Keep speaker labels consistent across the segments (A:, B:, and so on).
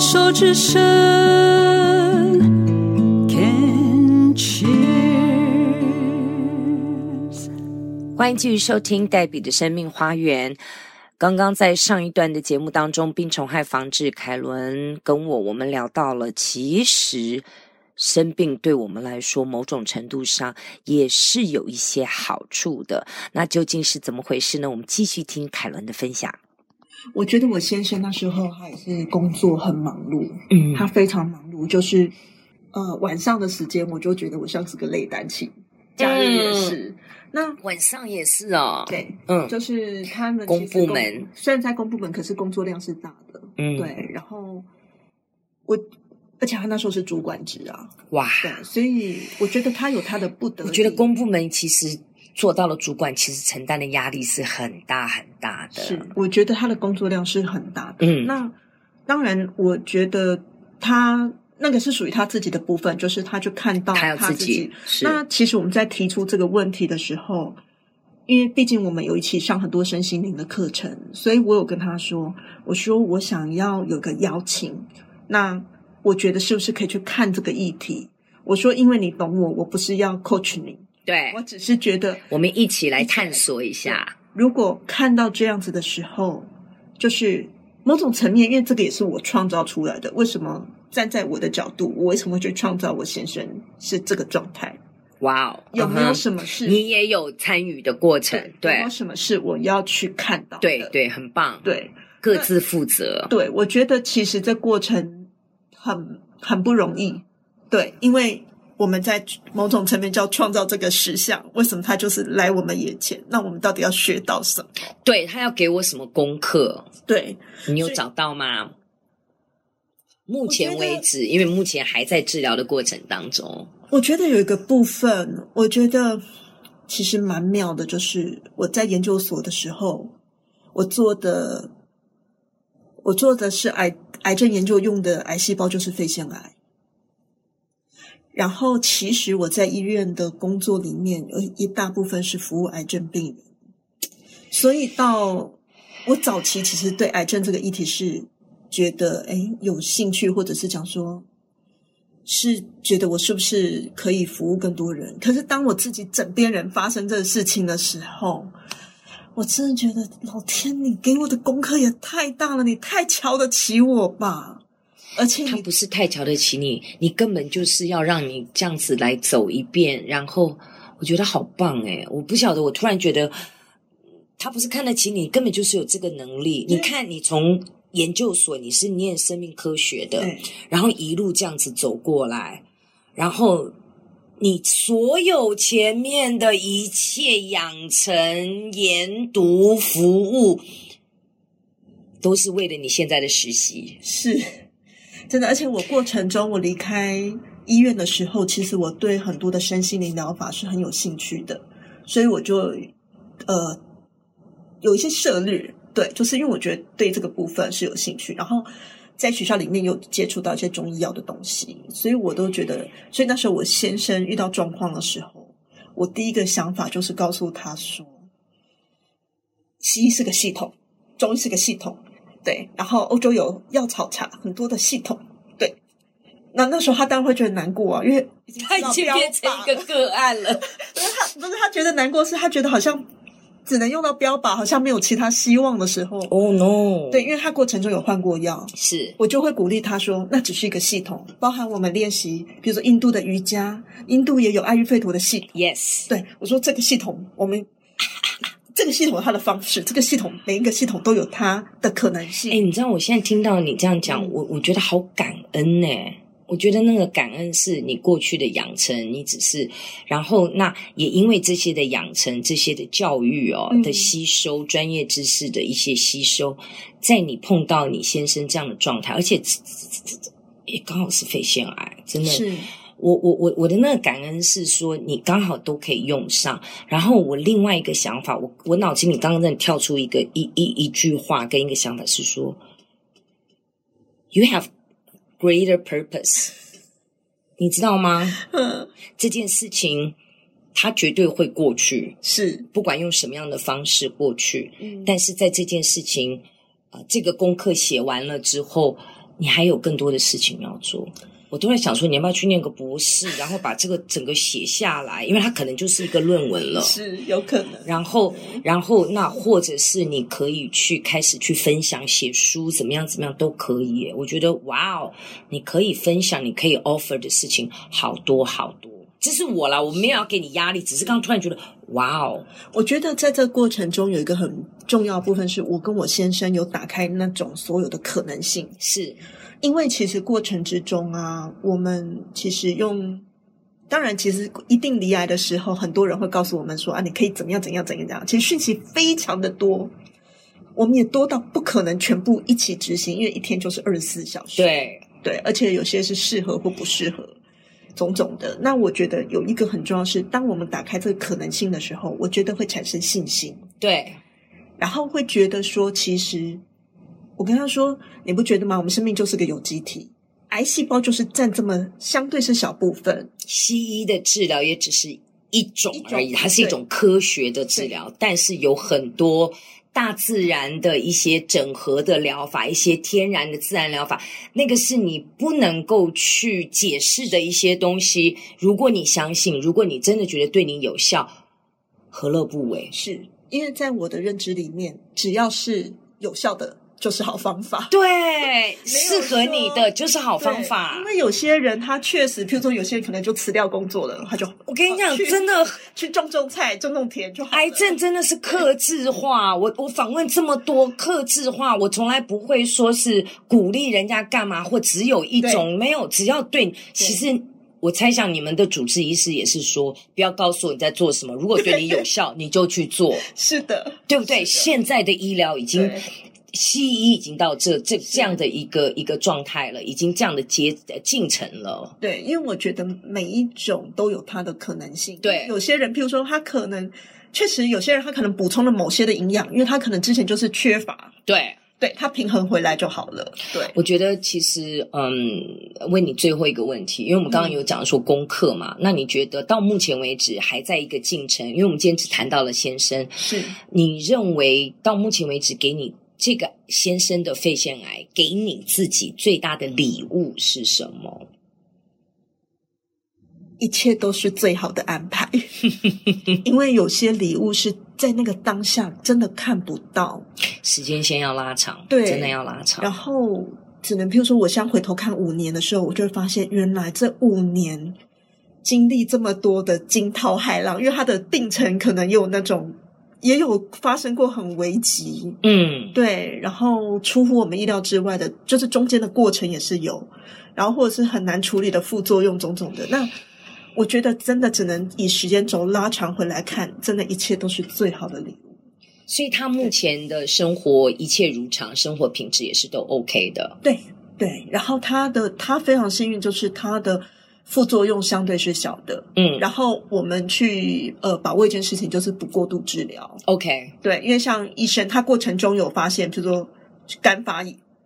A: 手之声，Can Cheers。
B: 欢迎继续收听黛比的生命花园。刚刚在上一段的节目当中，病虫害防治，凯伦跟我我们聊到了，其实生病对我们来说，某种程度上也是有一些好处的。那究竟是怎么回事呢？我们继续听凯伦的分享。
C: 我觉得我先生那时候还是工作很忙碌，
B: 嗯
C: 他非常忙碌，就是呃晚上的时间，我就觉得我像是个累单亲，假日也是。
B: 嗯
C: 那
B: 晚上也是哦，
C: 对，
B: 嗯
C: 就是他们
B: 公
C: 其实
B: 部门
C: 虽然在公部门，可是工作量是大的，
B: 嗯，，
C: 对。然后我，而且他那时候是主管职啊，
B: 哇，
C: 对，所以我觉得他有他的不得已。
B: 我觉得公部门其实做到了主管，其实承担的压力是很大很大的。
C: 是，我觉得他的工作量是很大的。
B: 嗯，
C: 那当然，我觉得他那个是属于他自己的部分，就是他就看到
B: 还有
C: 他
B: 自己是
C: 那其实我们在提出这个问题的时候，因为毕竟我们有一起上很多身心灵的课程，所以我有跟他说，我说我想要有个邀请，那我觉得是不是可以去看这个议题？我说，因为你懂我，我不是要 coach 你，
B: 对
C: 我，只是觉得
B: 我们一起来探索一下。
C: 如果看到这样子的时候，就是某种层面，因为这个也是我创造出来的。为什么站在我的角度，我为什么会去创造我先生是这个状态？
B: 哇哦，
C: 有没
B: 嗯
C: 有
B: 哼
C: 什么事？
B: 你也有参与的过程？
C: 有没
B: 对
C: 有什么事我要去看到的？
B: 对对，很棒，
C: 对
B: 各自负责。
C: 对，我觉得其实这过程很很不容易，对，因为。我们在某种层面叫创造这个实相，为什么它就是来我们眼前？那我们到底要学到什么？
B: 对他要给我什么功课？
C: 对，
B: 你有
C: 所以
B: 找到吗？目
C: 觉得
B: 前为止，因为目前还在治疗的过程当中。
C: 我觉得有一个部分，我觉得其实蛮妙的，就是我在研究所的时候，我做的我做的是癌癌症研究用的癌细胞，就是肺腺癌。然后，其实我在医院的工作里面有一大部分是服务癌症病人，所以到我早期其实对癌症这个议题是觉得哎有兴趣，或者是讲说是觉得我是不是可以服务更多人？可是当我自己枕边人发生这个事情的时候，我真的觉得老天，你给我的功课也太大了，你太瞧得起我吧！而且
B: 他
C: 你
B: 不是太瞧得起你，你根本就是要让你这样子来走一遍，然后我觉得好棒诶、我不晓得，我突然觉得他不是看得起你，根本就是有这个能力。你
C: 对
B: 看，你从研究所你是念生命科学的，
C: 对
B: 然后一路这样子走过来，然后你所有前面的一切养成、研读、服务，都是为了你现在的实习。
C: 是真的，而且我过程中我离开医院的时候，其实我对很多的身心灵疗法是很有兴趣的，所以我就呃有一些涉略，对，就是因为我觉得对这个部分是有兴趣，然后。在学校里面有接触到一些中医药的东西，所以我都觉得，所以那时候我先生遇到状况的时候，我第一个想法就是告诉他说，西医是个系统，中医是个系统，对，然后欧洲有药草茶很多的系统，对。那那时候他当然会觉得难过啊，因为已经
B: 他已经变成一个个案了，
C: 不是他不是他觉得难过，是他觉得好像只能用到标靶，好像没有其他希望的时候。
B: Oh no！
C: 对，因，为他过程中有换过药，
B: 是
C: 我就会鼓励他说，那只是一个系统，包含我们练习，比如说印度的瑜伽，印度也有阿育吠陀的系统。
B: yes，
C: 对我说，这个系统我们。这个系统有它的方式，这个系统每一个系统都有它的可能性。
B: 哎、你知道我现在听到你这样讲，
C: 嗯
B: 我我觉得好感恩呢、我觉得那个感恩是你过去的养成，你只是，然后那也因为这些的养成、这些的教育哦、
C: 嗯
B: 的吸收、专业知识的一些吸收，在你碰到你先生这样的状态，而且这这这这也刚好是肺腺癌，真的
C: 是，
B: 我我我我的那个感恩是说，你刚好都可以用上。然后我另外一个想法，我我脑筋里刚刚在跳出一个一一一句话跟一个想法是说，You have greater purpose，你知道吗？
C: 嗯，
B: 这件事情它绝对会过去，
C: 是，
B: 不管用什么样的方式过去。
C: 嗯
B: 呃但是在这件事情，啊、这个功课写完了之后，你还有更多的事情要做。我都在想说，你要不要去念个博士，然后把这个整个写下来，因为它可能就是一个论文了。
C: 是有可能。
B: 然后，然后那或者是你可以去开始去分享写书，怎么样怎么样都可以耶。我觉得哇哦，你可以分享，你可以 offer 的事情好多好多。这是我啦，我没有要给你压力，只是刚刚突然觉得哇哦，
C: 我觉得在这个过程中有一个很重要的部分，是我跟我先生有打开那种所有的可能性。
B: 是
C: 因为其实过程之中啊，我们其实用，当然其实一定离癌的时候，很多人会告诉我们说啊，你可以怎么样怎样怎样怎样。其实讯息非常的多，我们也多到不可能全部一起执行，因为一天就是二十四小时。
B: 对，
C: 对，而且有些是适合或不适合，种种的。那我觉得有一个很重要是，当我们打开这个可能性的时候，我觉得会产生信心。
B: 对，
C: 然后会觉得说，其实我跟他说，你不觉得吗？我们生命就是个有机体，癌细胞就是占这么相对是小部分，
B: 西医的治疗也只是一种
C: 一种
B: 而已，它是一种科学的治疗，但是有很多大自然的一些整合的疗法，一些天然的自然疗法，那个是你不能够去解释的一些东西。如果你相信，如果你真的觉得对你有效，何乐不为？
C: 是因为在我的认知里面，只要是有效的就是好方法。
B: 对，适
C: 说
B: 合你的就是好方
C: 对
B: 法
C: 因。为有些人他确实，譬如说有些人可能就辞掉工作了，他就
B: 我跟你讲，
C: 去
B: 真的
C: 去种种菜、种种田就好了。
B: 癌症真的是克制化，我我访问这么多克制化，我从来不会说是鼓励人家干嘛，或只有一种没有，只要对，其实。我猜想你们的主治医师也是说，不要告诉我你在做什么，如果对你有 效，你就去做，
C: 是的，
B: 对不对？
C: 是的
B: 现在的医疗已经
C: 对
B: 西医已经到这这这样的一个一个状态了，已经这样的阶呃进程了，
C: 对，因为我觉得每一种都有它的可能性。
B: 对
C: 有些人，譬如说他可能确实有些人他可能补充了某些的营养，因为他可能之前就是缺乏，
B: 对。
C: 对他平衡回来就好了。对，
B: 我觉得其实，嗯，问你最后一个问题，因为我们刚
C: 嗯
B: 刚有讲说功课嘛，那你觉得到目前为止还在一个进程？因为我们今天只谈到了先生，
C: 是
B: 你认为到目前为止给你这个先生的肺腺癌给你自己最大的礼物是什么？
C: 一切都是最好的安排， 因为有些礼物是在那个当下真的看不到，
B: 时间先要拉长，
C: 对
B: 真的要拉长
C: 然，后只能譬如说，我现在回头看五年的时候，我就会发现，原来这五年经历这么多的惊涛骇浪，因为他的病程可能也有那种，也有发生过很危急，
B: 嗯，
C: 对，然后出乎我们意料之外的，就是中间的过程也是有，然后或者是很难处理的副作用种种的。那我觉得真的只能以时间轴拉长回来看，真的一切都是最好的礼物。
B: 所以他目前的生活一切如常，生活品质也是都 OK 的，
C: 对对，然后他的他非常幸运，就是他的副作用相对是小的。
B: 嗯
C: 然后我们去呃把握一件事情，就是不过度治疗。
B: ，OK，
C: 对，因为像医生，他过程中有发现，就说肝发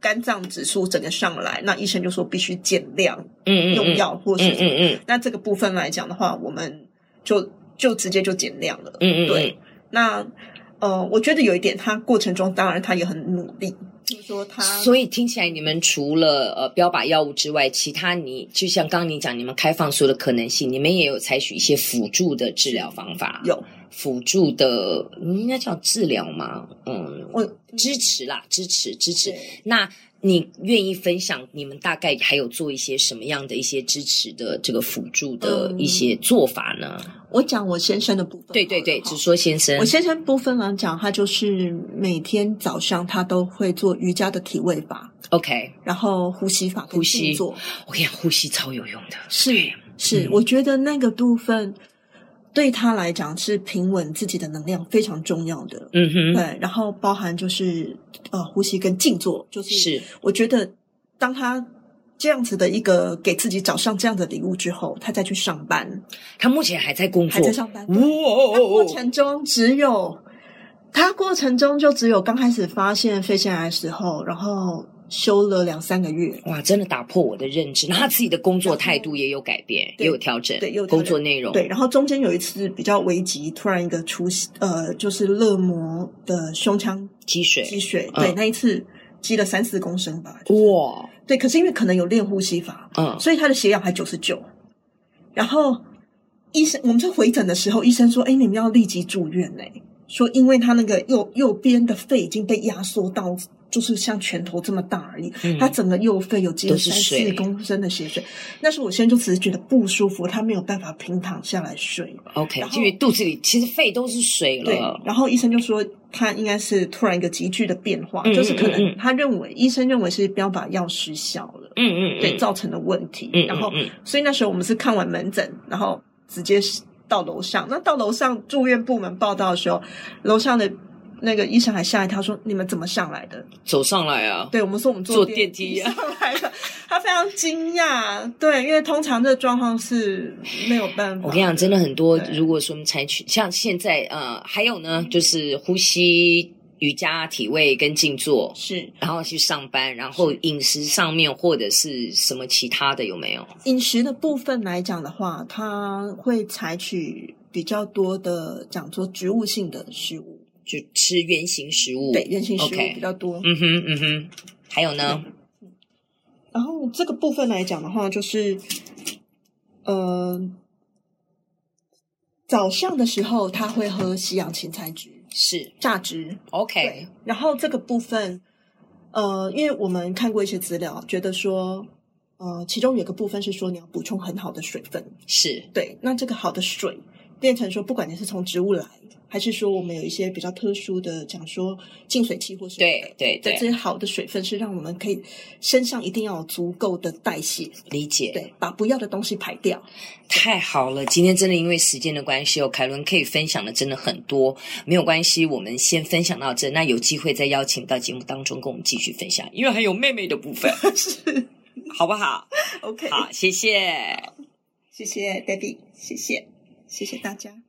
C: 肝脏指数整个上来，那医生就说必须减量
B: 嗯嗯
C: 用
B: 嗯，
C: 药，或是、
B: 嗯嗯嗯
C: 那这个部分来讲的话，我们就就直接就减量了。
B: 嗯嗯，
C: 对，那呃，我觉得有一点，他过程中当然他也很努力，就是说他
B: 所以听起来，你们除了呃标靶药物之外，其他你就像刚刚你讲，你们开放所有的可能性，你们也有采取一些辅助的治疗方法，
C: 有
B: 辅助的嗯应该叫治疗吗？嗯，
C: 我
B: 支持啦，支持支持
C: 对。
B: 那你愿意分享你们大概还有做一些什么样的一些支持的这个辅助的
C: 嗯
B: 一些做法呢？
C: 我讲我先生的部分好了，
B: 对对对，
C: 好
B: 只说先生
C: 我，先生部分来讲，他就是每天早上他都会做瑜伽的体位法，
B: OK，
C: 然后呼吸法跟
B: 呼吸
C: 静坐，
B: 我跟你讲，呼吸超有用的，
C: 是是，
B: 嗯
C: 我觉得那个部分对他来讲是平稳自己的能量非常重要的。
B: 嗯哼，
C: 对，然后包含就是呃呼吸跟静坐，就是
B: 是
C: 我觉得当他这样子的一个给自己找上这样的礼物之后，他再去上班，
B: 他目前还在工
C: 还
B: 作，
C: 在上班，
B: 哇哦
C: 他过程中只有他过程中就只有刚开始发现肺腺癌的时候，然后休了两三个月，
B: 哇，真的打破我的认知。那他自己的工作态度也有改变，
C: 对
B: 也有调整，
C: 对也有调
B: 工
C: 整
B: 作内容，
C: 对，然后中间有一次比较危急，突然一个出血呃就是热膜的胸腔
B: 积水，
C: 积水，
B: 嗯
C: 对，那一次积了三四公升吧，
B: 哇，
C: 对，可是因为可能有练呼吸法，
B: 嗯
C: 所以他的血氧还九十九。然后医生，我们在回诊的时候，医生说：“哎，你们要立即住院哎、说因为他那个右右边的肺已经被压缩到，就是像拳头这么大而已，
B: 嗯
C: 他整个右肺有接近
B: 都是
C: 三
B: 水
C: 四公升的血水。那时候我先就只是觉得不舒服，他没有办法平躺下来睡。
B: ，OK，
C: 然后
B: 因为肚子里其实肺都是水
C: 对
B: 了，，嗯
C: 然后医生就说他应该是突然一个急剧的变化，
B: 嗯
C: 就是可
B: 嗯嗯
C: 能他认为医生认为是标靶药失效了。
B: 嗯嗯嗯，
C: 对造成的问题。
B: 嗯，嗯
C: 然后，
B: 嗯
C: 所以那时候我们是看完门诊，然后直接到楼上。那到楼上住院部门报道的时候，楼上的那个医生还吓一跳，说：“你们怎么上来的
B: 走上来啊？”，
C: 对我们说：“我们
B: 坐
C: 坐
B: 电
C: 梯
B: 梯啊
C: 上来的。” 他非常惊讶，对，因为通常这个状况是没有办法。
B: 我跟你讲，真的很多。
C: 对
B: 如果说我们采取像现在呃，还有呢，就是呼吸、瑜伽、体位跟静坐，
C: 是
B: 然后去上班，然后饮食上面或者是什么其他的有没有？
C: 饮食的部分来讲的话，他会采取比较多的讲说植物性的食物，
B: 就吃原形食物。
C: 对，原型食
B: 嗯
C: 物
B: OK
C: 比较多。
B: 嗯哼嗯哼。嗯还有呢？
C: 然后这个部分来讲的话，就是，呃，早上的时候他会喝西洋芹菜汁
B: 是
C: 榨汁，
B: OK。
C: 然后这个部分，呃，因为我们看过一些资料，觉得说，呃，其中有一个部分是说你要补充很好的水分，
B: 是
C: 对，那这个好的水变成说，不管你是从植物来，还是说我们有一些比较特殊的讲说净水器或是
B: 对对
C: 对
B: 对
C: 这些好的水分是让我们可以身上一定要有足够的代谢，
B: 理解。
C: 对，把不要的东西排掉。
B: 太好了，今天真的因为时间的关系哦，凯伦可以分享的真的很多，没有关系，我们先分享到这，那有机会再邀请到节目当中跟我们继续分享，因为还有妹妹的部 分，
C: 是
B: 好不好？
C: OK，
B: 好，谢谢。
C: 谢谢 Debbie，谢谢，谢谢大家。